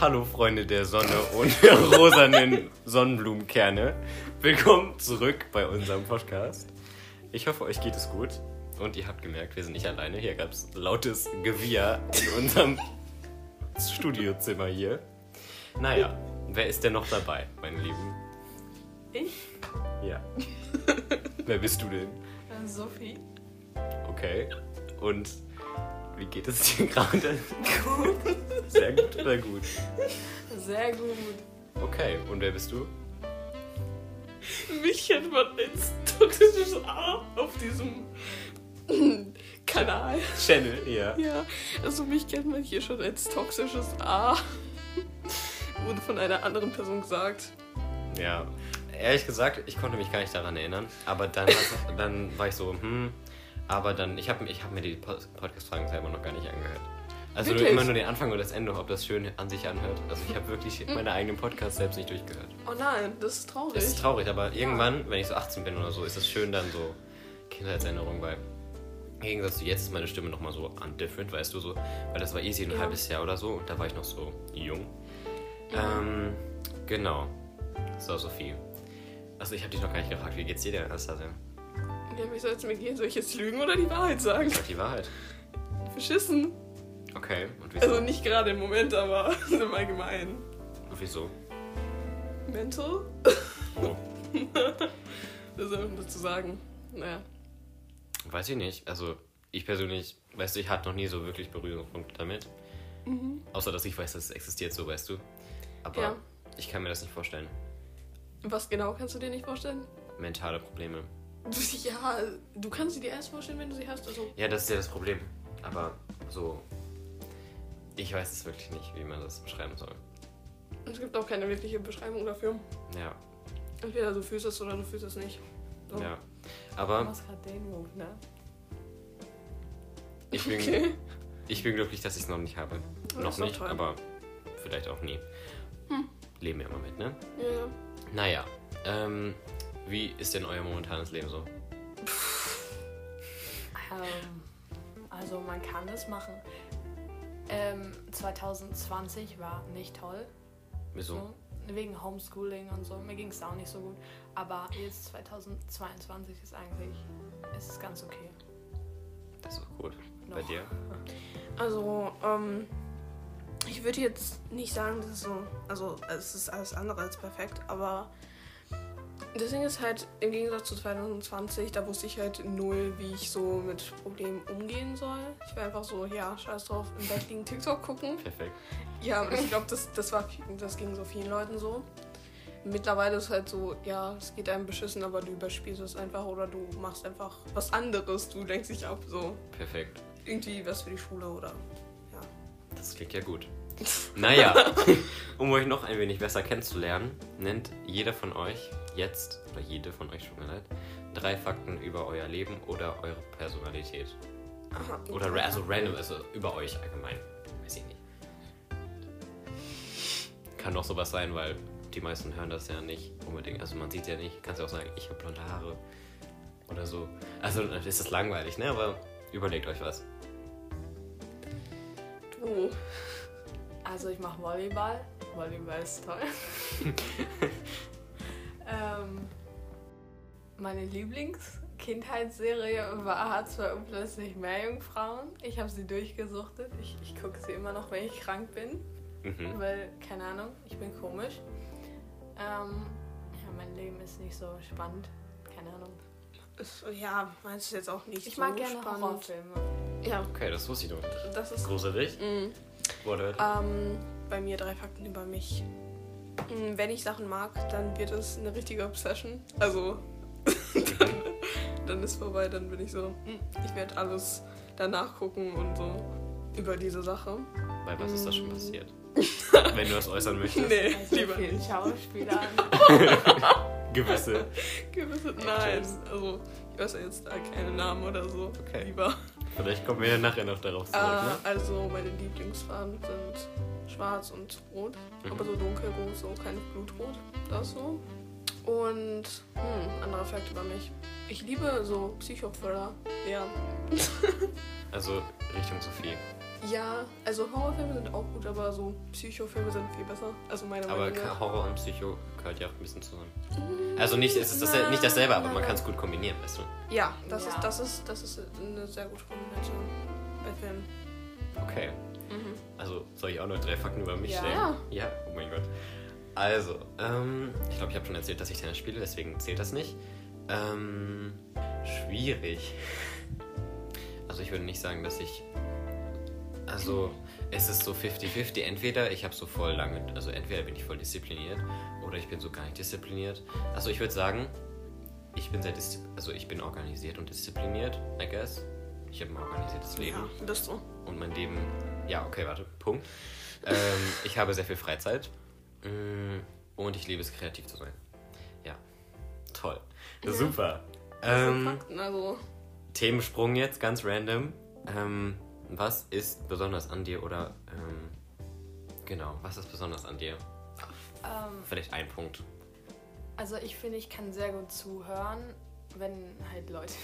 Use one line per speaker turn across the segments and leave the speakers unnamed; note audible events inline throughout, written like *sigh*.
Hallo Freunde der Sonne und *laughs* der rosanen Sonnenblumenkerne. Willkommen zurück bei unserem Podcast. Ich hoffe, euch geht es gut. Und ihr habt gemerkt, wir sind nicht alleine. Hier gab es lautes Gewirr in unserem *laughs* Studiozimmer hier. Naja, wer ist denn noch dabei, meine Lieben?
Ich,
Ja. Wer bist du denn?
äh, Sophie.
Okay. Und wie geht es dir gerade?
Gut.
Sehr gut oder gut?
Sehr gut.
Okay, und wer bist du?
Mich hat man als toxisches A auf diesem *laughs* Kanal.
Channel, ja.
Ja, also mich kennt man hier schon als toxisches A. Wurde von einer anderen Person gesagt.
Ja. Ehrlich gesagt, ich konnte mich gar nicht daran erinnern. Aber dann, war- dann war ich so, hm. Aber dann, ich habe ich hab mir die Po- Podcast-Fragen selber noch gar nicht angehört. Also nur
Wirklich?
immer nur den Anfang und das Ende, ob das schön an sich anhört. Also ich habe wirklich meine eigenen Podcasts selbst nicht durchgehört.
Oh nein, das ist traurig.
Das ist traurig, aber irgendwann, wenn ich so 18 bin oder so, ist es schön dann so Kindheitserinnerung, weil im Gegensatz zu jetzt ist meine Stimme nochmal so undifferent, weißt du so, weil das war easy ein
Ja.
halbes Jahr oder so und da war ich noch so jung. Ähm, genau. So, Sophie. Also ich habe dich noch gar nicht gefragt, wie geht's dir denn? Was ist das denn?
ja, wie soll es mir gehen? Soll ich jetzt lügen oder die Wahrheit sagen?
Sag die Wahrheit.
Beschissen.
Okay, und wieso?
Also nicht gerade im Moment, aber *laughs* im Allgemeinen.
und wieso?
Mental?
Oh,
*laughs* Was soll man dazu sagen? Naja.
weiß ich nicht. Also ich persönlich, weißt du, ich hatte noch nie so wirklich Berührungspunkte damit.
Mhm.
Außer, dass ich weiß, dass es existiert, so weißt du. Aber
Ja.
ich kann mir das nicht vorstellen.
Was genau kannst du dir nicht vorstellen?
Mentale Probleme.
*laughs* Ja, du kannst sie dir erst vorstellen, wenn du sie hast. Also
Ja, das ist ja das Problem. Aber so. Ich weiß es wirklich nicht, wie man das beschreiben soll.
es gibt auch keine wirkliche Beschreibung dafür.
Ja,
Entweder du fühlst es oder du fühlst es nicht. So.
ja. Aber
machst gerade den Move, ne?
ich bin,
Okay. Oh,
ich bin glücklich, dass ich es noch nicht habe.
das
noch
ist doch
nicht,
toll. Hm.
aber vielleicht auch nie. Leben wir immer mit, ne?
Ja, ja.
Naja. Ähm, wie ist denn euer momentanes Leben so?
Ähm, also man kann das machen. Ähm, 2020 war nicht toll.
Wieso?
So, wegen Homeschooling und so. Mir ging es auch nicht so gut. Aber jetzt 2022 ist eigentlich, ist es ganz okay.
Das ist doch gut. Bei
Noch.
dir?
Also, ähm, ich würde jetzt nicht sagen, dass es so, also es ist alles andere als perfekt, aber das Ding ist halt, im Gegensatz zu 2020, da wusste ich halt null, wie ich so mit Problemen umgehen soll. Ich war einfach so, ja, scheiß drauf, im Bett liegen, TikTok gucken.
Perfekt.
Ja, und ich glaube, das, das, war, viel- das ging so vielen Leuten so. Mittlerweile ist halt so, ja, es geht einem beschissen, aber du überspielst es einfach oder du machst einfach was anderes, du lenkst dich ab, so
Perfekt.
irgendwie was für die Schule oder ja.
Das klingt ja gut. Naja, um euch noch ein wenig besser kennenzulernen, nennt jeder von euch jetzt, oder jede von euch, tut mir leid, drei Fakten über euer Leben oder eure Personalität.
Aha.
Oder ra also random, also über euch allgemein. Weiß ich nicht. Kann doch sowas sein, weil die meisten hören das ja nicht unbedingt. Also man sieht ja nicht, kannst ja auch sagen, ich habe blonde Haare oder so. Also dann ist das langweilig, ne? Aber überlegt euch was.
Du.
Also ich mache Volleyball. Volleyball ist
*laughs*
toll. ähm, meine Lieblings-Kindheitsserie war H2O und plötzlich Meerjungfrauen. Ich habe sie durchgesuchtet. Ich, ich gucke sie immer noch, wenn ich krank bin.
Hm.
Mhm.
Weil, keine Ahnung, ich bin komisch. Ähm, ja, mein Leben ist nicht so spannend. Keine Ahnung.
Ist, ja, meinst du jetzt auch nicht
Ich
so
mag gerne
spannend.
Horrorfilme.
Ja,
Okay, das wusste ich doch nicht.
das ist.
Gruselig.
Mhm.
Wurde.
Ähm, bei mir drei Fakten über mich. Mhm, Wenn ich Sachen mag, dann wird es eine richtige Obsession. Also, *laughs* dann, dann ist vorbei, dann bin ich so, mhm, ich werde alles danach gucken und so über diese Sache.
Bei was ist das schon passiert? Wenn du das äußern möchtest.
*laughs* Nee,
Bei sehr
lieber
vielen
nicht. *laughs*
Schauspielern.
Gewisse.
Gewisse, nein. Also, ich weiß ja jetzt da keinen Namen oder so.
Okay.
Lieber.
Vielleicht kommen wir ja nachher noch darauf zurück, ne?
Äh, also meine Lieblingsfarben sind schwarz und rot,
Mhm.
aber so dunkelrot, so kein Blutrot, das so. Und hm, anderer Fakt über mich. Ich liebe so Psychothriller. Ja.
ne? Also Richtung Sophie.
Ja, also Horrorfilme sind auch gut, aber so Psychofilme sind viel besser. Also meiner
Aber
Meinung nach.
Horror und Psycho gehört ja auch ein bisschen zusammen. Also nicht, es ist das, nicht dasselbe, aber man kann es gut kombinieren, weißt du?
Ja, das
Ja.
ist das ist das ist eine sehr gute Kombination bei Filmen.
Okay. Also soll ich auch noch drei Fakten über mich
Ja.
stellen? Ja. Oh mein Gott. Also, ähm, ich glaube, ich habe schon erzählt, dass ich Tennis spiele, deswegen zählt das nicht. Ähm, schwierig. *laughs* Also ich würde nicht sagen, dass ich... Also es ist so 50-50. Entweder ich habe so voll lange... Also entweder bin ich voll diszipliniert oder ich bin so gar nicht diszipliniert. Also ich würde sagen, ich bin sehr... diszi- Also ich bin organisiert und diszipliniert, I guess. Ich habe ein organisiertes Leben
Ja, bist du.
und mein Leben. Ja, okay, warte. Punkt.
*laughs*
Ähm, ich habe sehr viel Freizeit. Mm, Und ich liebe es, kreativ zu sein. Ja. Toll. Super.
Das sind
Ähm, *laughs*
Fakten, also
Themensprung jetzt, ganz random. Ähm, was ist besonders an dir oder. Ähm, genau, was ist besonders an dir?
Ähm,
Vielleicht ein
*laughs*
Punkt. *laughs*
also ich finde, ich kann sehr gut zuhören, wenn halt Leute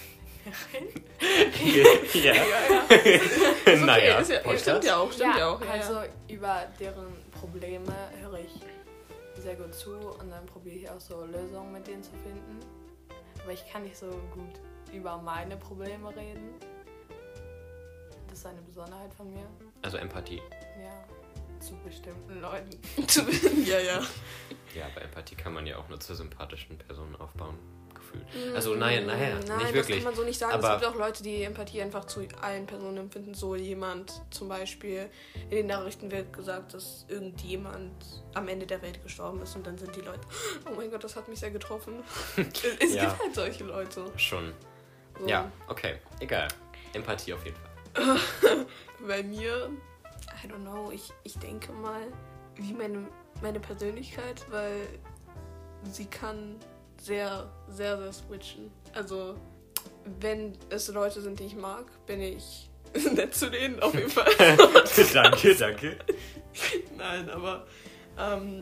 mit mir reden.
ja. *laughs*
ist okay,
naja,
ist ja,
Podcast?
stimmt ja auch, *laughs* stimmt ja, auch. Ja,
also
ja.
über deren Probleme höre ich sehr gut zu und dann probiere ich auch so Lösungen mit denen zu finden. Aber ich kann nicht so gut über meine Probleme reden. Das ist eine Besonderheit von mir.
Also Empathie.
Ja, zu bestimmten Leuten.
*laughs* ja, ja.
Ja, aber Empathie kann man ja auch nur zu sympathischen Personen aufbauen. Gefühlt. Also, naja, naja,
Mhm. Nein,
nicht
das kann
wirklich.
man so nicht sagen.
aber-
es gibt auch Leute, die Empathie einfach zu allen Personen empfinden. So jemand zum Beispiel, in den Nachrichten wird gesagt, dass irgendjemand am Ende der Welt gestorben ist und dann sind die Leute, *gasps* oh mein Gott, das hat mich sehr getroffen.
*laughs*
es
Ja.
gibt halt solche Leute.
Schon.
Mhm. So.
Ja, okay. Egal. Empathie auf jeden Fall.
Bei mir, I don't know, ich, ich denke mal, wie meine, meine Persönlichkeit, weil sie kann sehr, sehr, sehr switchen. Also, wenn es Leute sind, die ich mag, bin ich *laughs* nett zu denen, auf jeden Fall.
*laughs* danke, danke.
Nein, aber ähm,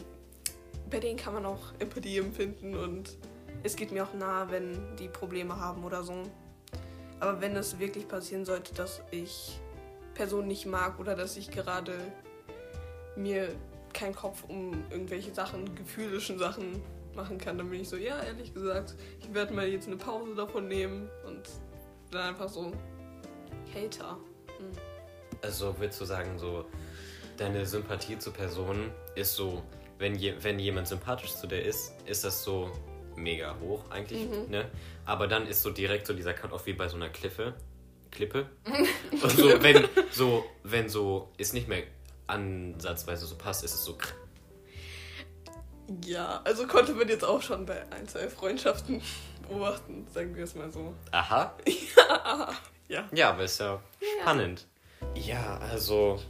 bei denen kann man auch Empathie empfinden und es geht mir auch nahe, wenn die Probleme haben oder so. Aber wenn es wirklich passieren sollte, dass ich Personen nicht mag oder dass ich gerade mir keinen Kopf um irgendwelche Sachen, gefühlischen Sachen machen kann, dann bin ich so, ja, ehrlich gesagt, ich werde mal jetzt eine Pause davon nehmen und dann einfach so Hater.
Also würdest du sagen, so deine Sympathie zu Personen ist so, wenn, je, wenn jemand sympathisch zu dir ist, ist das so mega hoch eigentlich,
Mhm.
ne? Aber dann ist so direkt so dieser Cut-Off wie bei so einer Klippe.
*laughs*
Klippe. Und so, wenn so, wenn so, ist nicht mehr ansatzweise so passt, ist es so kr-
Ja, also konnte man jetzt auch schon bei ein, zwei Freundschaften beobachten, sagen wir es mal so.
aha.
Ja.
*laughs* Ja, aber ist ja spannend. Ja, also,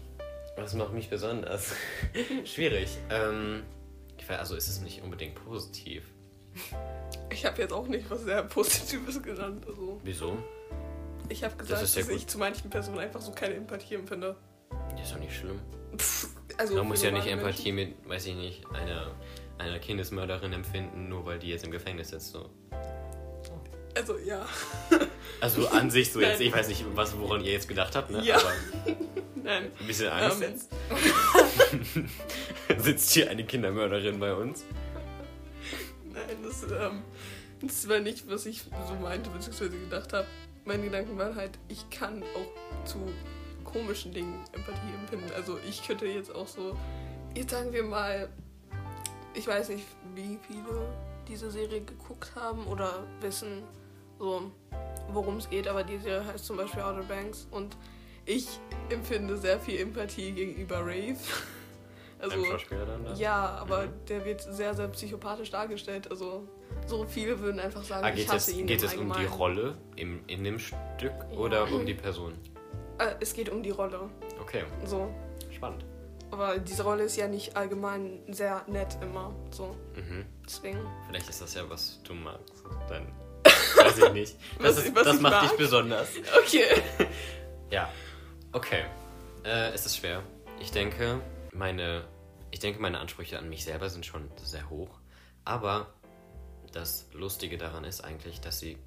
was macht mich besonders? *laughs* Schwierig. Ähm, ich weiß, also ist es nicht unbedingt positiv.
Ich habe jetzt auch nicht was sehr Positives genannt. Also
Wieso?
ich habe gesagt,
ist
dass
ja gut.
ich zu manchen Personen einfach so keine Empathie empfinde.
Das ist doch nicht schlimm.
Pff, also
Man muss ja
für
nicht
normale
Empathie mit, weiß ich nicht, einer, einer Kindesmörderin empfinden, nur weil die jetzt im Gefängnis sitzt. So.
Menschen. Also ja. *laughs*
Also an sich so jetzt,
Nein.
ich weiß nicht, was, woran ihr jetzt gedacht habt, ne?
Ja.
Aber
Nein.
ein bisschen Angst.
Ähm,
*laughs* Sitzt hier eine Kindermörderin bei uns?
nein, das, ähm, das war nicht, was ich so meinte, beziehungsweise gedacht habe. Meine Gedanken waren halt, ich kann auch zu komischen Dingen Empathie empfinden. Also ich könnte jetzt auch so, jetzt sagen wir mal, ich weiß nicht, wie viele diese Serie geguckt haben oder wissen, so worum es geht, aber die Serie heißt zum Beispiel Outer Banks und ich empfinde sehr viel Empathie gegenüber *laughs* Rafe. Also,
Ein Schauspieler dann da?
Ja, aber
Mhm.
der wird sehr, sehr psychopathisch dargestellt. Also so viele würden einfach sagen,
Ah,
Also ich
geht es,
hasse ihn.
geht
im
es um die
Allgemeinen.
Rolle im, in dem Stück oder um die Person?
Äh, es geht um die Rolle.
Okay,
So.
spannend.
Aber diese Rolle ist ja nicht allgemein sehr nett immer. So.
Mhm.
Deswegen.
Vielleicht ist das ja, was du magst.
*laughs*
Dann weiß ich nicht. Das,
Was-
ist,
was
das
ich
macht
mag?
dich besonders.
Okay.
*laughs* Ja. Okay. Äh, es ist schwer. Ich denke, meine, ich denke, meine Ansprüche an mich selber sind schon sehr hoch. Aber das Lustige daran ist eigentlich, dass sie
Hm.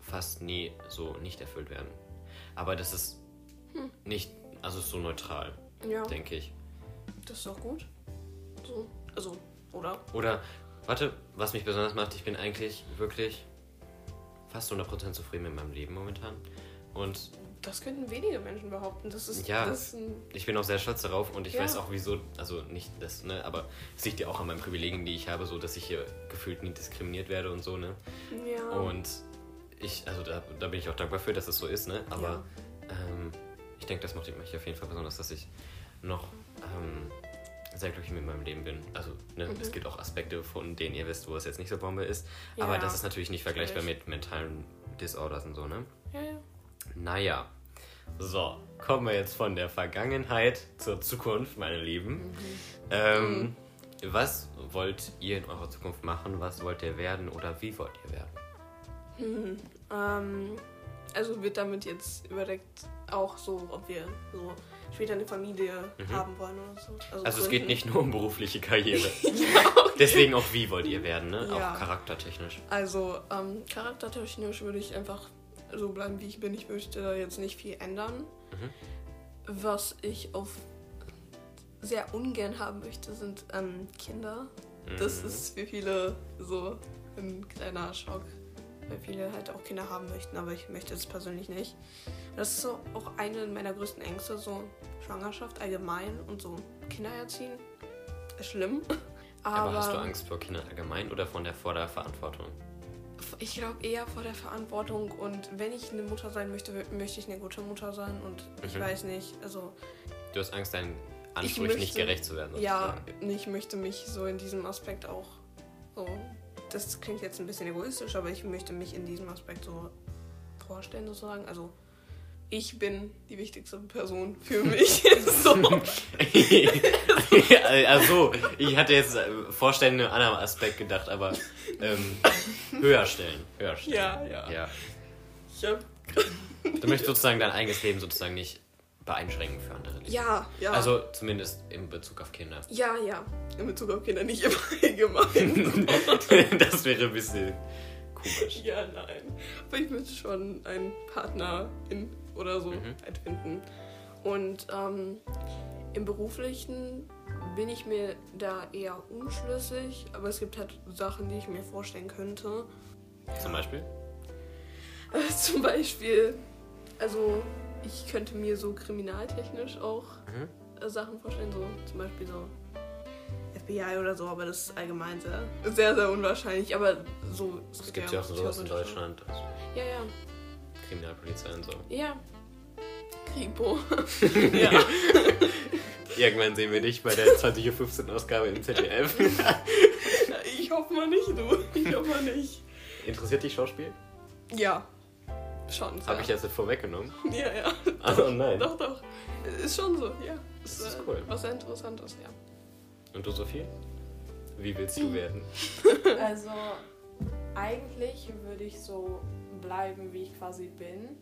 fast nie so nicht erfüllt werden. Aber das ist nicht Also ist so neutral,
Ja,
denke ich.
das ist doch gut. So, also, oder?
Oder, warte, was mich besonders macht, ich bin eigentlich wirklich fast 100% zufrieden mit meinem Leben momentan. Und
Das könnten wenige Menschen behaupten. Das ist,
Ja.
das ist ein,
ich bin auch sehr stolz darauf und ich
Ja.
weiß auch wieso, also nicht das, ne, aber es liegt ja auch an meinen Privilegien, die ich habe, so dass ich hier gefühlt nie diskriminiert werde und so, ne.
ja.
Und ich, also da, da bin ich auch dankbar für, dass es so ist, ne? Aber ähm, ich denke, das macht mich auf jeden Fall besonders, dass ich noch ähm, sehr glücklich mit meinem Leben bin. Also, ne,
Mhm.
es gibt auch Aspekte, von denen ihr wisst, wo es jetzt nicht so Bombe ist. Aber
Ja.
das ist natürlich nicht vergleichbar
Natürlich.
mit mentalen Disorders und so, ne?
ja, ja.
Naja. So, kommen wir jetzt von der Vergangenheit zur Zukunft, meine Lieben.
Mhm.
Ähm, Was wollt ihr in eurer Zukunft machen? Was wollt ihr werden oder wie wollt ihr werden?
Ähm, also wird damit jetzt überdeckt auch so, ob wir so später eine Familie haben wollen oder so.
Mhm. Also es geht
gründen.
nicht nur um berufliche
*laughs*
Karriere. Deswegen auch wie wollt ihr werden, ne?
Ja.
Auch charaktertechnisch.
Also ähm, charaktertechnisch würde ich einfach so bleiben, wie ich bin. Ich möchte da jetzt nicht viel ändern.
Mhm.
Was ich auf sehr ungern haben möchte, sind ähm, Kinder. Das
Mhm.
ist für viele so ein kleiner Schock, weil viele halt auch Kinder haben möchten, aber ich möchte es persönlich nicht. Das ist so auch eine meiner größten Ängste, so Schwangerschaft allgemein und so Kinder erziehen. Ist schlimm.
Aber, hast du Angst vor Kindern allgemein oder von der vor der Verantwortung?
Ich glaube eher vor der Verantwortung und wenn ich eine Mutter sein möchte, wö- möchte ich eine gute Mutter sein und ich
Mhm.
weiß nicht, also
Du hast Angst, deinen Ansprüchen
möchte-
nicht gerecht zu werden.
ja,
sozusagen. *laughs*
ich möchte mich so in diesem Aspekt auch so, das klingt jetzt ein bisschen egoistisch, aber ich möchte mich in diesem Aspekt so vorstellen sozusagen, also ich bin die wichtigste Person für
*laughs*
mich. *laughs* so.
also,
*laughs*
ich hatte jetzt äh, vorstellen einen anderen Aspekt gedacht, aber
*laughs*
ähm, höher stellen. Höher stellen.
Ja, ja.
ja.
Ich hab,
Du möchtest sozusagen dein eigenes Leben sozusagen nicht beeinschränken für andere. Leben.
ja, ja.
Also zumindest in Bezug auf Kinder. *laughs*
ja, ja. In Bezug auf Kinder nicht immer allgemein.
das wäre ein bisschen komisch.
Ja, nein. Aber ich möchte schon einen Partner in oder so
Mhm.
halt finden. Und ähm, im Beruflichen bin ich mir da eher unschlüssig, aber es gibt halt Sachen, die ich mir vorstellen könnte. *laughs*
Zum Beispiel?
Zum Beispiel, also ich könnte mir so kriminaltechnisch auch
Mhm.
äh, Sachen vorstellen, so zum Beispiel so FBI oder so, aber das ist allgemein sehr, sehr, sehr unwahrscheinlich. Aber so
Es gibt ja auch sowas in
theoretische-
Deutschland, also
Ja, ja.
Kriminalpolizei und so.
Ja. Kripo.
*laughs* Irgendwann sehen wir dich bei der 20.15 Uhr Ausgabe im *laughs* ZDF.
*laughs* Ich hoffe mal nicht, du. Ich hoffe mal nicht.
Interessiert dich Schauspiel?
Ja. Schon.
Habe ich jetzt nicht vorweggenommen.
*laughs*
*laughs*
Ja, ja.
Oh nein.
Doch, doch. Ist schon so, ja.
Das ist cool.
Was sehr Interessantes, ja.
Und du, Sophie? Wie willst du werden?
Also eigentlich würde ich so bleiben, wie ich quasi bin.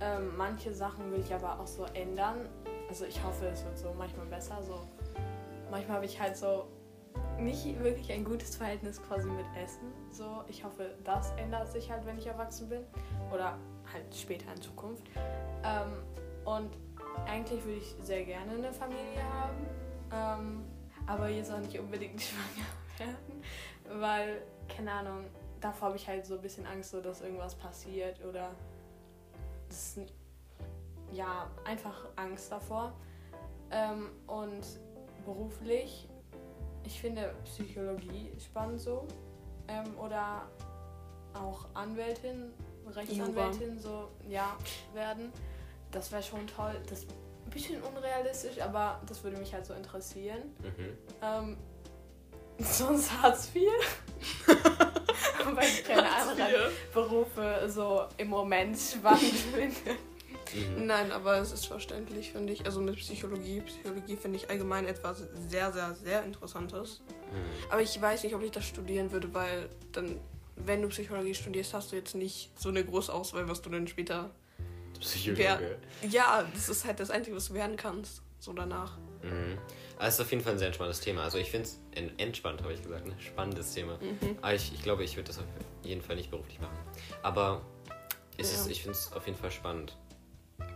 Ähm, manche Sachen will ich aber auch so ändern. Also ich hoffe, es wird so manchmal besser. So manchmal habe ich halt so nicht wirklich ein gutes Verhältnis quasi mit Essen. So ich hoffe, das ändert sich halt, wenn ich erwachsen bin oder halt später in Zukunft. Ähm, und eigentlich würde ich sehr gerne eine Familie haben, ähm, aber jetzt auch nicht unbedingt *laughs* schwanger werden. Weil, keine Ahnung, davor habe ich halt so ein bisschen Angst, so dass irgendwas passiert oder. Das ist, n- ja, einfach Angst davor. Ähm, und beruflich, ich finde Psychologie spannend so. Ähm, oder auch Anwältin, Rechtsanwältin so, ja, werden. Das wäre schon toll. Das ist ein bisschen unrealistisch, aber das würde mich halt so interessieren.
Mhm.
Ähm, *laughs* sonst Hartz IV. *laughs* Weil ich keine anderen Berufe so im Moment *laughs* spannend finde.
Mhm.
Nein, aber es ist verständlich, finde ich. Also mit Psychologie. Psychologie finde ich allgemein etwas sehr, sehr, sehr Interessantes.
Mhm.
Aber ich weiß nicht, ob ich das studieren würde, weil dann, wenn du Psychologie studierst, hast du jetzt nicht so eine große Auswahl, was du dann später.
Psychologe.
Ja, das ist halt das Einzige, was du werden kannst. So danach.
Mhm. Aber es ist auf jeden Fall ein sehr entspanntes Thema. Also ich finde es entspannt, habe ich gesagt. Ne? Spannendes Thema. Aber ich, ich glaube, ich würde das auf jeden Fall nicht beruflich machen. Aber es ist,
Ja.
ich finde es auf jeden Fall spannend.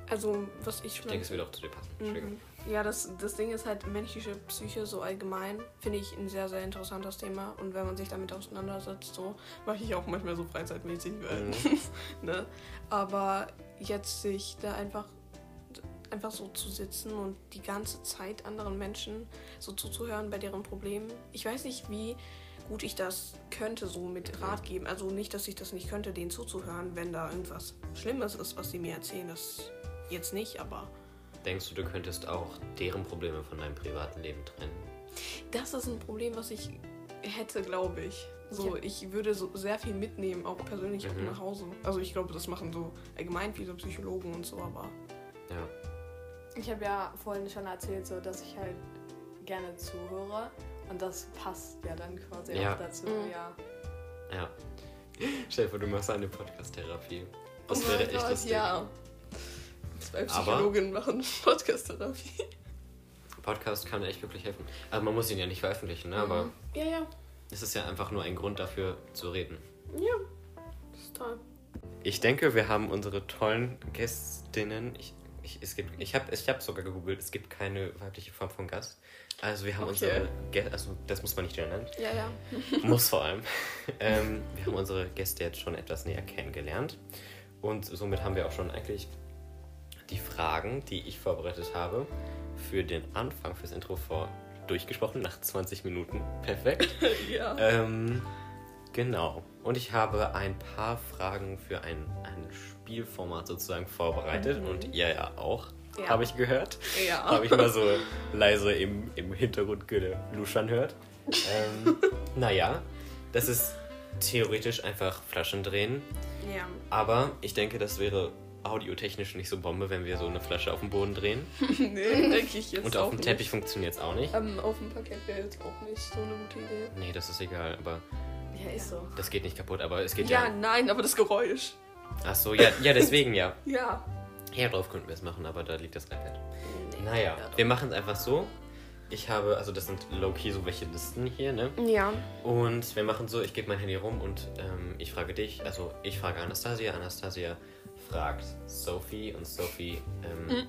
Also, was ich,
Ich denke, es wird auch zu dir passen. Entschuldigung.
Mhm. Ja, das, das Ding ist halt menschliche Psyche so allgemein, finde ich ein sehr, sehr interessantes Thema. Und wenn man sich damit auseinandersetzt, so mache ich auch manchmal so freizeitmäßig. Weil,
Mhm.
*laughs*
Ähm,
ne? Aber jetzt sich da einfach, einfach so zu sitzen und die ganze Zeit anderen Menschen so zuzuhören bei deren Problemen. Ich weiß nicht, wie gut ich das könnte, so
Mhm.
mit Rat geben. Also nicht, dass ich das nicht könnte, denen zuzuhören, wenn da irgendwas Schlimmes ist, was sie mir erzählen. Das jetzt nicht, aber.
Denkst du, du könntest auch deren Probleme von deinem privaten Leben trennen?
Das ist ein Problem, was ich hätte, glaube ich. So,
Ja.
ich würde so sehr viel mitnehmen, auch persönlich auch
Mhm.
nach Hause. Also ich glaube, das machen so allgemein viele Psychologen und so, aber
Ja.
Ich habe ja vorhin schon erzählt, so, dass ich halt gerne zuhöre. Und das passt ja dann quasi
Ja.
auch dazu.
Mhm.
Ja.
Ja. Stell dir vor, du machst eine Podcast-Therapie.
Oh
Das
mein
wäre echt
Gott,
das Ding.
ja. Zwei
Aber-
Psychologen machen *laughs* Podcast-Therapie.
Podcast kann echt wirklich helfen. Also man muss ihn ja nicht veröffentlichen,
Mhm.
ne? aber
Ja, ja.
es ist ja einfach nur ein Grund dafür zu reden.
Ja. Das ist toll.
Ich denke, wir haben unsere tollen Gästinnen. Ich, ich, es gibt, ich habe ich hab sogar gegoogelt, es gibt keine weibliche Form von Gast. Also wir haben
Okay.
unsere Gäste, also das muss man nicht gendern,
Ja, ja.
muss vor
*laughs*
allem. ähm, wir haben unsere Gäste jetzt schon etwas näher kennengelernt und somit haben wir auch schon eigentlich die Fragen, die ich vorbereitet habe, für den Anfang, fürs Intro vor durchgesprochen, nach 20 Minuten. Perfekt.
*laughs* ja.
Ähm, genau. Und ich habe ein paar Fragen für ein, ein Spielformat sozusagen vorbereitet. Und ihr ja auch,
Mhm. Ja.
habe ich gehört.
Ja.
Habe ich mal
*laughs*
so leise im, im Hintergrund geluschern hört.
*laughs*
Ähm, naja, das ist theoretisch einfach Flaschen drehen.
ja.
Aber ich denke, das wäre audiotechnisch nicht so Bombe, wenn wir so eine Flasche auf den Boden drehen.
*laughs* *laughs* nee, denke ich jetzt
Und
auch
auf dem
nicht.
Teppich funktioniert es auch nicht.
Ähm, auf dem Parkett wäre jetzt auch nicht so eine gute Idee.
Nee, das ist egal, aber
ja, ist so.
das geht nicht kaputt, aber es geht
Ja,
ja.
nein, aber das Geräusch.
Ach so, ja, ja, deswegen ja.
Ja.
Ja, drauf könnten wir es machen, aber da liegt das iPad. Naja, wir machen es einfach so. Ich habe, also das sind low-key so welche Listen hier, ne?
Ja.
Und wir machen so, ich gebe mein Handy rum und ähm, ich frage dich, also ich frage Anastasia, Anastasia fragt Sophie und Sophie ähm,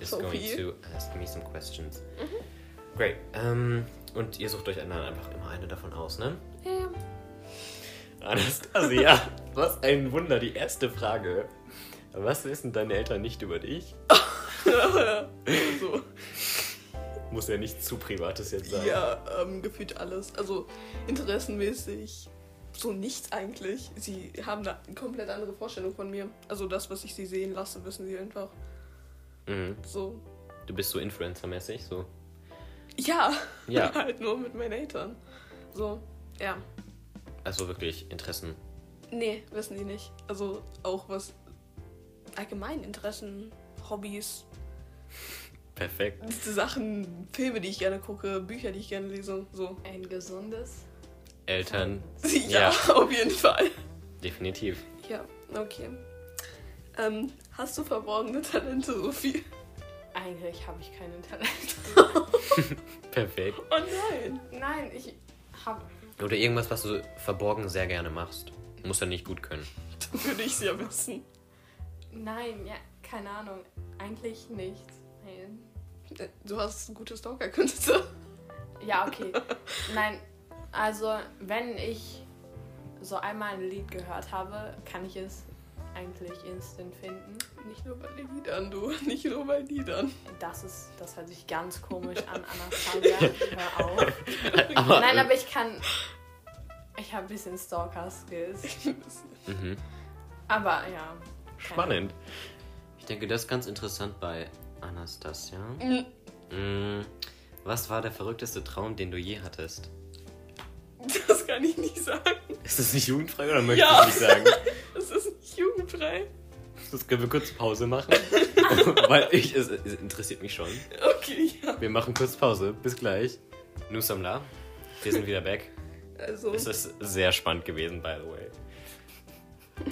is
Mhm. Sophie. Mhm.
going to ask me some questions. Great. Ähm, und ihr sucht euch dann einfach immer eine davon aus, ne?
Ja, ja.
*laughs* Anastasia, was ein Wunder, die erste Frage. Was wissen deine Eltern nicht über dich?
so.
Muss ja nichts zu Privates jetzt sein.
Ja, ähm, gefühlt alles. Also interessenmäßig so nichts eigentlich. Sie haben da eine komplett andere Vorstellung von mir. Also das, was ich sie sehen lasse, wissen sie einfach.
Mhm.
So.
Du bist so Influencer-mäßig, so.
Ja.
Ja.
*laughs* halt nur mit meinen Eltern. So. Ja.
Also wirklich Interessen.
Nee, wissen die nicht. Also auch was allgemein Interessen, Hobbys,
Perfekt.
Sachen, Filme, die ich gerne gucke, Bücher, die ich gerne lese. So. *laughs*
Ein gesundes.
Eltern,
Ja, auf jeden Fall.
definitiv.
Ja, okay. Ähm, hast du verborgene Talente, Sophie?
Eigentlich habe ich keinen Talent.
Perfekt.
Oh nein!
*laughs* Nein, ich habe.
Oder irgendwas, was du verborgen sehr gerne machst. Muss ja nicht gut können.
Dann würde ich es ja wissen.
Nein, ja, keine Ahnung. Eigentlich nichts. Nein.
Äh, Du hast gute Stalkerkünste.
Ja, okay. Nein, also wenn ich so einmal ein Lied gehört habe, kann ich es eigentlich instant finden.
Nicht nur bei Liedern, du. Nicht nur bei Liedern.
Das ist, das hört sich ganz komisch an, Anastasia. Hör auf.
aber, äh,
Nein, aber ich kann. Ich habe ein bisschen Stalker-Skills.
Mhm.
Aber ja.
Spannend. Ich denke, das ist ganz interessant bei Anastasia.
Mhm.
Mm, Was war der verrückteste Traum, den du je hattest?
Das kann ich nicht sagen.
Ist das nicht jugendfrei oder
möchtest Ja. du
nicht sagen?
Das ist nicht jugendfrei.
Das können wir kurz Pause machen. Weil ich, es, es interessiert mich schon.
Okay, ja.
Wir machen kurz Pause. Bis gleich. Nusam la. Wir sind wieder back.
Also,
Es ist sehr spannend gewesen, by the way.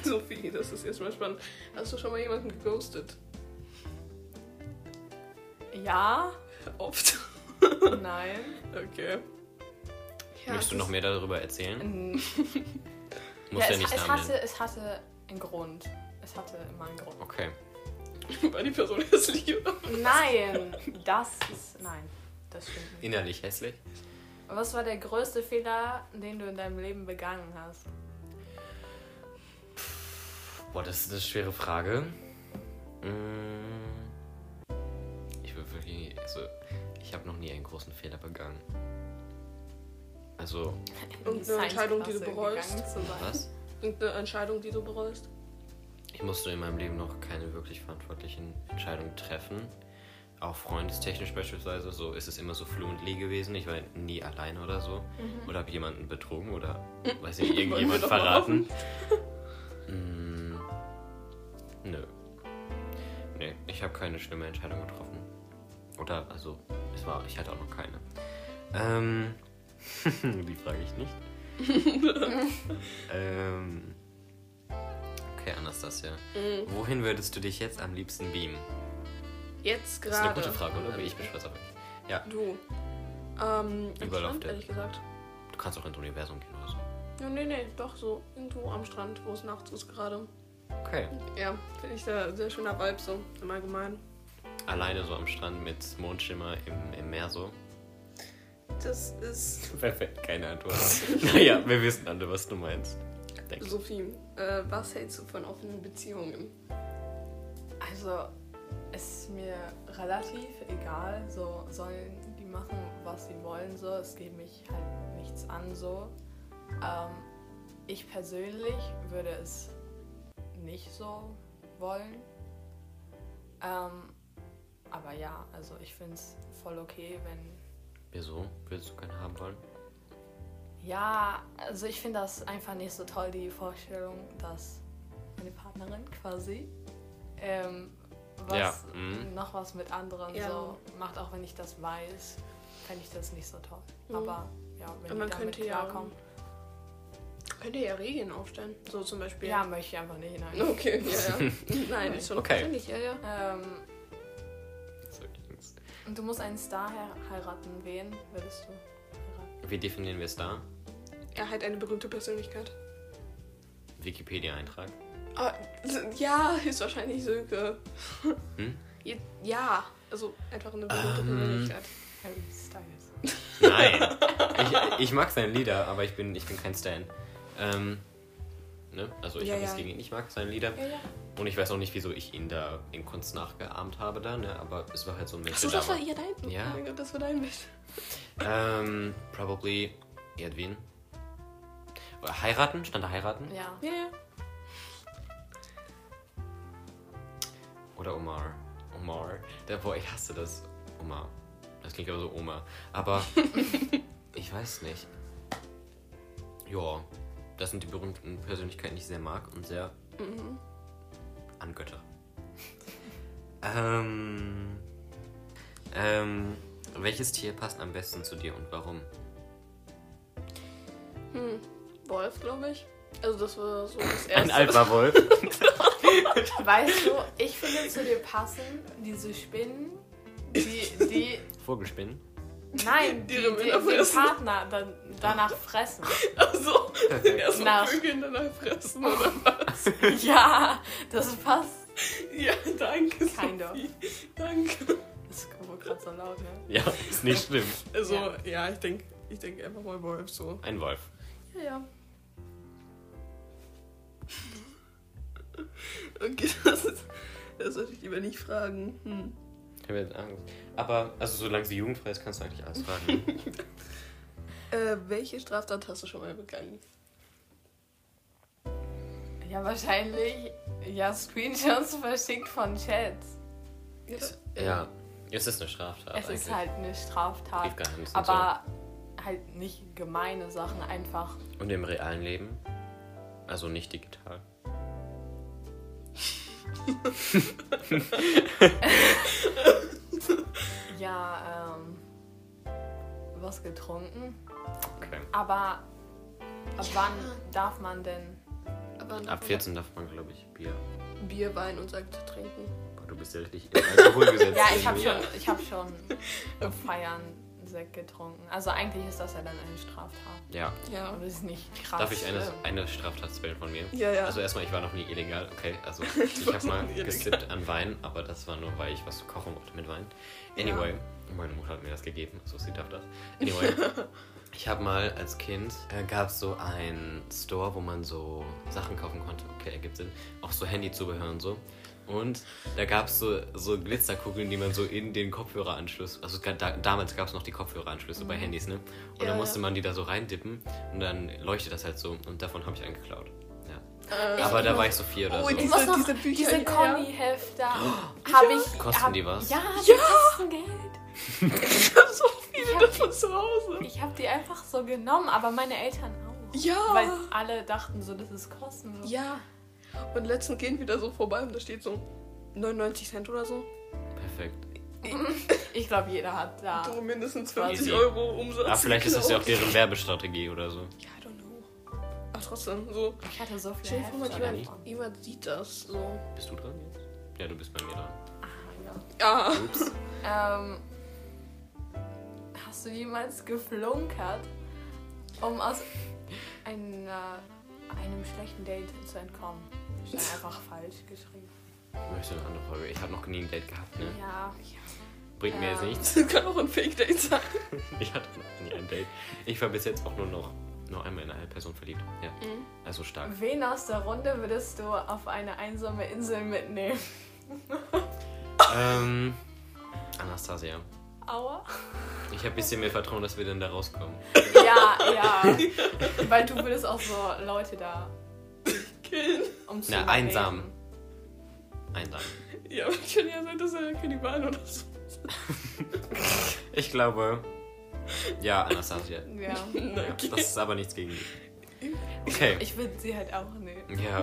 Sophie, das ist erstmal spannend. Hast du schon mal jemanden geghostet?
Kein, ja,
Oft.
nein.
Okay. Ja,
Möchtest du
das-
noch mehr darüber erzählen?
Mm.
Muss ja,
es,
nicht
es,
Namen nennen. *laughs*
hatte, es hatte einen Grund. Es hatte immer einen Grund.
Okay.
War die Person hässlich oder?
Nein, das ist. Nein, das stimmt nicht.
Innerlich hässlich.
Was war der größte Fehler, den du in deinem Leben begangen hast?
Boah, das ist eine schwere Frage. Mm, Ich würde wirklich. Also, ich habe noch nie einen großen Fehler begangen. Also,
In die
Irgendeine Entscheidung, die du
Science-Klasse
bereust?
gegangen zu sein.
was?
Irgendeine Entscheidung, die du bereust?
Ich musste in meinem Leben noch keine wirklich verantwortlichen Entscheidungen treffen. Auch freundestechnisch beispielsweise, so ist es immer so fluently gewesen. Ich war nie alleine oder so. Oder habe jemanden betrogen
*laughs*
oder, weiß nicht, irgendjemand
Mhm. doch mal
verraten. Mm, nö. Nee, ich habe keine schlimme Entscheidung getroffen. Oder, also, es war, ich hatte auch noch keine. Ähm, *laughs* die frage ich nicht.
*laughs*
ähm, okay, Anastasia.
Mhm.
Wohin würdest du dich jetzt am liebsten beamen?
Jetzt
Das ist eine
gerade. Mhm.
gute Frage, oder? Ich bin stolz auf dich. Ja,
Du. Ähm,
Überlauf
Strand,
der-
ehrlich gesagt.
du kannst auch ins Universum gehen oder so.
Ja, nee, nee, doch so. Irgendwo am Strand, wo es nachts ist gerade.
Okay.
Ja, finde ich da sehr schöner Vibe so, im Allgemeinen.
Alleine so am Strand mit Mondschimmer im, im Meer *laughs* so.
Das ist
Perfekt, keine Antwort. *laughs* naja, wir wissen alle, was du meinst. Danke.
Sophie. Äh, was hältst du von offenen Beziehungen?
Also, es ist mir relativ egal. So sollen die machen, was sie wollen. So, es geht mich halt nichts an. So, ähm, ich persönlich würde es nicht so wollen. Ähm, aber ja, also ich finde es voll okay, wenn
Wieso? Willst du keinen haben wollen?
Ja, also ich finde das einfach nicht so toll, die Vorstellung, dass meine Partnerin quasi ähm, was,
Ja, mhm.
noch was mit anderen
Ja.
so macht, auch wenn ich das weiß, fände ich das nicht so toll.
Mhm.
Aber ja, wenn
Und man
die damit
könnte ja-
klarkommen.
Könnt ihr ja Regeln aufstellen. So zum Beispiel.
Ja, möchte ich einfach nicht. *laughs* Nein.
Okay, ja,
*laughs*
ja. Nein, ist schon
Okay.
verständlich, ja, ja.
Ähm,
So ging's.
und du musst einen Star he heiraten. Wen würdest du heiraten?
Wie definieren wir es da?
Er hat eine berühmte Persönlichkeit.
Wikipedia-Eintrag.
Ah, s- ja, ist wahrscheinlich Silke.
Hm?
Je- Ja, also einfach eine berühmte
Ähm.
Persönlichkeit.
Harry Styles.
*laughs*
Nein. ich, ich mag seine Lieder, aber ich bin, ich bin kein Stan. Ähm, ne? Also ich
Ja,
habe nichts
ja.
gegen ihn, ich mag seine Lieder.
Ja, ja.
Und ich weiß auch nicht, wieso ich ihn da in Kunst nachgeahmt habe da, ne? Aber es war halt so ein Mensch.
Achso, das war ihr dein
Ja.
Oh mein Gott, das war dein Bild.
Ähm, probably Edwin. Oder Heiraten? Stand da heiraten?
ja.
Ja, ja.
Oder Omar. Omar. Der, boah, ich hasse das. Omar. Das klingt aber so Oma. *laughs* Aber ich weiß nicht. Ja, das sind die berühmten Persönlichkeiten, die ich sehr mag und sehr Mhm. an Götter. ähm, ähm, welches Tier passt am besten zu dir und warum?
Hm. Wolf, glaube ich. Also das war so das
Ein
erste. *laughs*
alter Wolf.
*laughs*
*laughs*
Weißt du, ich finde zu dir passen diese Spinnen, die, die
Vogelspinnen.
*laughs*
Nein,
Die
die, die,
Rinder
die,
fressen.
Partner dann, danach fressen.
*laughs* Also, erst
Nach-
mal Vögel danach fressen, oder?
ja, das passt.
ja, danke.
Kind of.
Sophie. Danke.
Das wurde gerade so laut, ne?
*laughs* Ja, ist nicht schlimm.
Also,
Ja.
ja, ich denke ich denk einfach mal Wolf so.
Ein Wolf.
Ja, ja. Okay, *laughs* das ist. Das sollte ich lieber nicht fragen. Hm.
Ich habe jetzt Angst. Aber, also solange sie jugendfrei ist, kannst du eigentlich alles fragen.
Äh, welche Straftat hast du schon mal begangen?
Ja, wahrscheinlich ja Screenshots *laughs* verschickt von Chats.
Yes.
ja. Es ist eine Straftat
es
eigentlich.
ist halt eine Straftat.
Briefgeheimnis und
Aber halt nicht gemeine Sachen, einfach.
Und im realen Leben? Also nicht digital.
Ja, ähm. Was getrunken.
Okay.
Aber ab wann darf man denn.
Aber nach-
Ab 14 darf man, glaube ich, Bier.
Bier, Wein und Sekt trinken.
Boah, du bist ja richtig im Alkoholgesetz.
*laughs* Ja, ich habe
*laughs* irgendwie.
schon, ich hab schon auf Feiern Sekt getrunken. Also eigentlich ist das ja dann eine Straftat.
Ja.
Ja. *laughs*
Aber das ist nicht krass.
Darf ich eine,
schlimm.
eine Straftat erzählen von mir?
Ja, ja.
Also erstmal, ich war noch nie illegal, okay. Also ich
war
habe mal
noch nie illegal.
gesippt an Wein, aber das war nur, weil ich was zu kochen wollte mit Wein. Anyway, meine Mutter hat mir das gegeben, so sie darf das. Anyway, ich habe mal als Kind, äh, gab es so einen Store, wo man so Sachen kaufen konnte, okay, ergibt Sinn, auch so Handyzubehör und so. Und da gab es so, so Glitzerkugeln, die man so in den Kopfhöreranschluss, also ga- da, damals gab es noch die Kopfhöreranschlüsse bei Handys, ne? Und
Mhm. Ja,
dann musste
ja.
man die da so reindippen und dann leuchtet das halt so und davon habe ich angeklaut. Ja.
Äh,
Aber da war ich so vier oder
Oh,
so.
Ich
diese-
muss noch,
diese
diese,
Bücher, ja, ja.
Conny-Hefter habe ich.
Oh, Kosten
*gasps* hab,
die was?
Ja, die kosten Geld.
ich habe so viele davon zu Hause.
Ich habe die einfach so genommen, aber meine Eltern auch.
Ja.
Weil alle dachten so, das ist kostenlos.
Ja. Und letztens gehen wir da so vorbei und da steht so 99 Cent oder so.
Perfekt.
Ich glaube, jeder hat da.
So mindestens
Quasi.
50 Euro Umsatz.
Ah, vielleicht ist das ja auch
geklaut.
deren Werbestrategie oder so.
Ja, I don't know. Aber trotzdem, so.
Ich hatte so
Stell
viele
dir vor,
Hefter
mal,
Oder
davon.
jemand, jemand sieht das so.
Bist du dran jetzt? Ja, du bist bei mir dran.
Ah,
Ja.
Ups.
Ähm, hast du jemals geflunkert, um aus einer, einem schlechten Date zu entkommen? Ich habe
*laughs*
einfach falsch geschrieben.
Möchte eine andere Folge. Ich habe noch nie ein Date gehabt, ne?
Ja.
Bringt mir
Ja.
jetzt nichts. *laughs*
*laughs* Das kann auch ein Fake-Date sein.
Ich hatte noch nie ein Date. Ich war bis jetzt auch nur noch, noch einmal in eine Person verliebt. Ja. Also stark.
Wen aus der Runde würdest du auf eine einsame Insel mitnehmen?
ähm, Anastasia.
Aua.
Ich habe ein bisschen mehr Vertrauen, dass wir denn da rauskommen.
Ja, ja.
*laughs*
Weil du würdest auch so Leute da
Killen.
um zu
Na,
überreden.
einsam. Einsam.
Ja, aber kann ja sein, dass er Kannibal oder so. *laughs*
Ich glaube. Ja, Anastasia.
*laughs*
*laughs*
Ja.
Ja,
Okay.
das ist aber nichts gegen die. Okay.
*laughs* Ich würde sie halt auch nehmen.
Ja,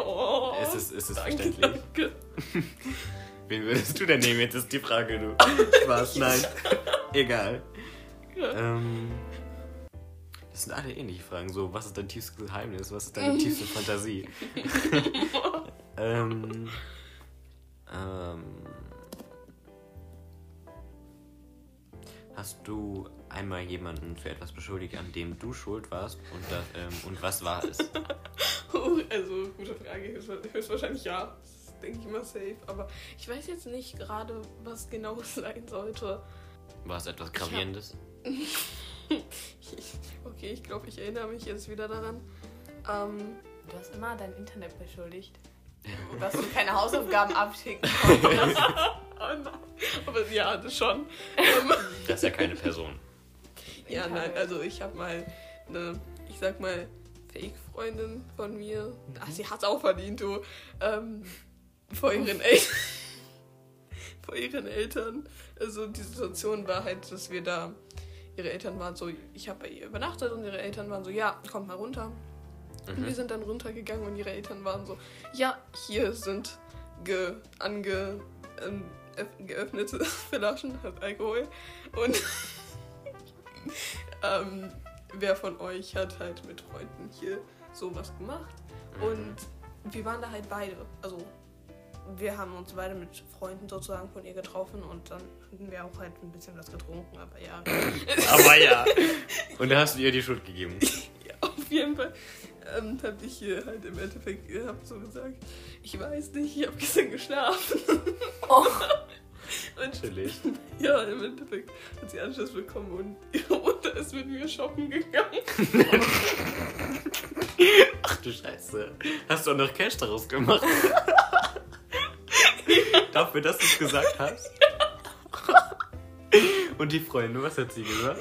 oh,
es ist, es ist
danke,
verständlich.
danke.
Wen würdest du denn nehmen? Jetzt ist die Frage, du. Spaß, nein. Egal. Ähm, das sind alle ähnliche Fragen. So, was ist dein tiefstes Geheimnis? Was ist deine tiefste Fantasie? ähm, ähm, hast du einmal jemanden für etwas beschuldigt, an dem du schuld warst? Und, das, ähm, und was war es?
Oh, Also, gute Frage. Höchst- Höchstwahrscheinlich ja. Das denke ich mal safe. Aber ich weiß jetzt nicht gerade, was genau *laughs* es sein sollte.
War es etwas Gravierendes?
*laughs* Okay, ich glaube, ich erinnere mich jetzt wieder daran. Ähm, *laughs*
Du hast immer dein Internet beschuldigt. Dass du keine Hausaufgaben abschicken konntest.
oh nein. Aber ja, das schon.
Das ist ja keine Person.
Ja,
Internet.
nein, also ich habe mal eine, ich sag mal, Fake-Freundin von mir. Ach, sie hat's auch verdient, du. Ähm, vor ihren Eltern. *laughs* vor ihren Eltern. Also die Situation war halt, dass wir da, ihre Eltern waren so, ich habe bei ihr übernachtet und ihre Eltern waren so, ja, kommt mal runter. Und wir sind dann runtergegangen und ihre Eltern waren so, ja, hier sind ge, ange, ähm, öff- geöffnete *laughs* Flaschen mit Alkohol. Und ähm, wer von euch hat halt mit Freunden hier sowas gemacht? Und wir waren da halt beide. Also wir haben uns beide mit Freunden sozusagen von ihr getroffen und dann hatten wir auch halt ein bisschen was getrunken, aber ja. *laughs*
Aber ja. *laughs* Und da hast du ihr die Schuld gegeben.
Auf jeden Fall ähm, habe ich hier halt im Endeffekt ihr habt so gesagt, ich weiß nicht, ich habe gestern geschlafen.
Oh.
*laughs* Und
Natürlich.
ja, im Endeffekt hat sie Anschluss bekommen und *laughs* ihre Mutter ist mit mir shoppen gegangen.
Ach du Scheiße. Hast du auch noch Cash daraus *laughs* gemacht? Dafür, dass du es gesagt hast? Und die Freundin, was hat sie gesagt?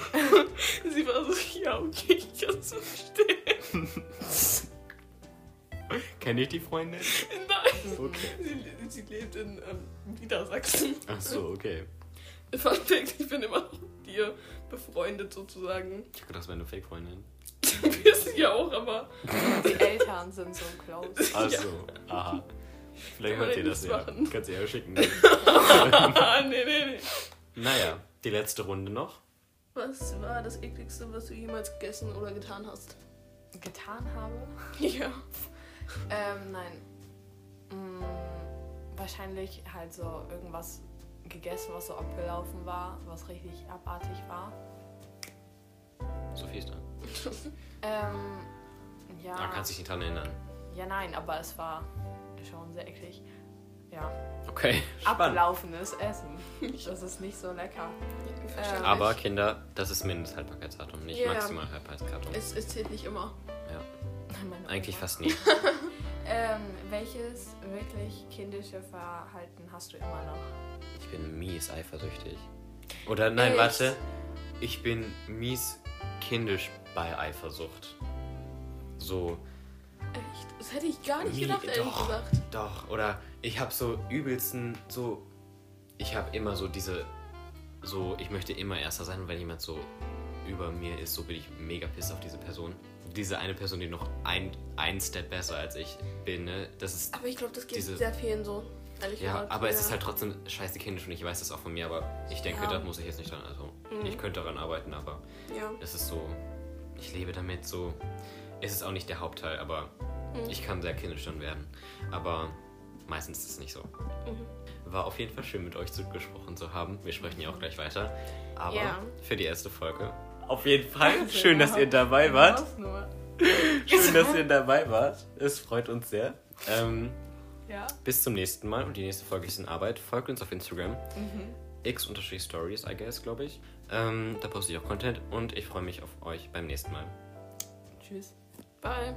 Sie war so, ja, okay, ich kann es verstehen.
Kenne ich die Freundin?
Nein.
Okay.
Sie, sie lebt in ähm, Niedersachsen.
Ach so, okay.
Fun Fact, ich bin immer noch mit ihr befreundet sozusagen. *laughs*
Ich dachte, das wäre eine Fake-Freundin.
Wir sind ja auch, aber
*laughs*
Die Eltern sind so close.
Ach so, aha. Vielleicht
Kann man
hört ihr
ja
das
nichts
ja.
machen.
Kannst du ja schicken.
ah, nee, nee, nee.
Naja, die letzte Runde noch.
Was war das ekligste, was du jemals gegessen oder getan hast?
Getan habe?
Ja.
Ähm, nein. Mm, wahrscheinlich halt so irgendwas gegessen, was so abgelaufen war, was richtig abartig war.
Sophie ist da.
Ähm, ja.
Ah, kannst dich nicht dran erinnern.
Ja, nein, aber es war schon sehr eklig. Ja,
Okay. Spannend.
ablaufendes Essen. Das ist nicht so lecker.
Verständlich.
Aber Kinder, das ist Mindesthaltbarkeitsdatum, nicht
Ja.
maximal Haltbarkeitsdatum.
Es, es zählt nicht immer.
Ja.
Meine
Eigentlich
Oma.
fast nie.
Ähm, welches wirklich kindische Verhalten hast du immer noch?
Ich bin mies eifersüchtig. Oder nein,
Echt?
warte. Ich bin mies kindisch bei Eifersucht. So.
Echt? Das hätte ich gar nicht
nie-
gedacht, ehrlich
doch,
gesagt.
Doch, oder ich habe so übelsten, so. Ich habe immer so diese. So, ich möchte immer Erster sein, und wenn jemand so über mir ist, so bin ich mega pissed auf diese Person. Diese eine Person, die noch ein, ein Step besser als ich bin, ne? Das ist
Aber ich glaube, das geht
Diese-
sehr vielen so. Ehrlich
Ja,
gesagt.
aber es
Ja.
ist halt trotzdem scheiße kindisch und ich weiß das auch von mir, aber ich denke,
Ja.
da muss ich jetzt nicht dran. Also,
Mhm.
ich könnte daran arbeiten, aber
Ja.
es ist so, ich lebe damit so. Es ist auch nicht der Hauptteil, aber
Mhm.
ich kann sehr kindisch dann werden. Aber meistens ist es nicht so.
Mhm.
War auf jeden Fall schön, mit euch zu- gesprochen zu haben. Wir sprechen ja auch gleich weiter. Aber
Ja.
für die erste Folge. Auf jeden Fall.
*laughs*
Schön, dass ihr
Genau.
dabei
Was?
wart. Schön, dass ihr dabei wart. Es freut uns sehr. Ähm,
Ja.
bis zum nächsten Mal und die nächste Folge ist in Arbeit. Folgt uns auf Instagram. X-Stories, I guess, glaube ich. Ähm, da poste ich auch Content und ich freue mich auf euch beim nächsten Mal.
Tschüss.
Bye.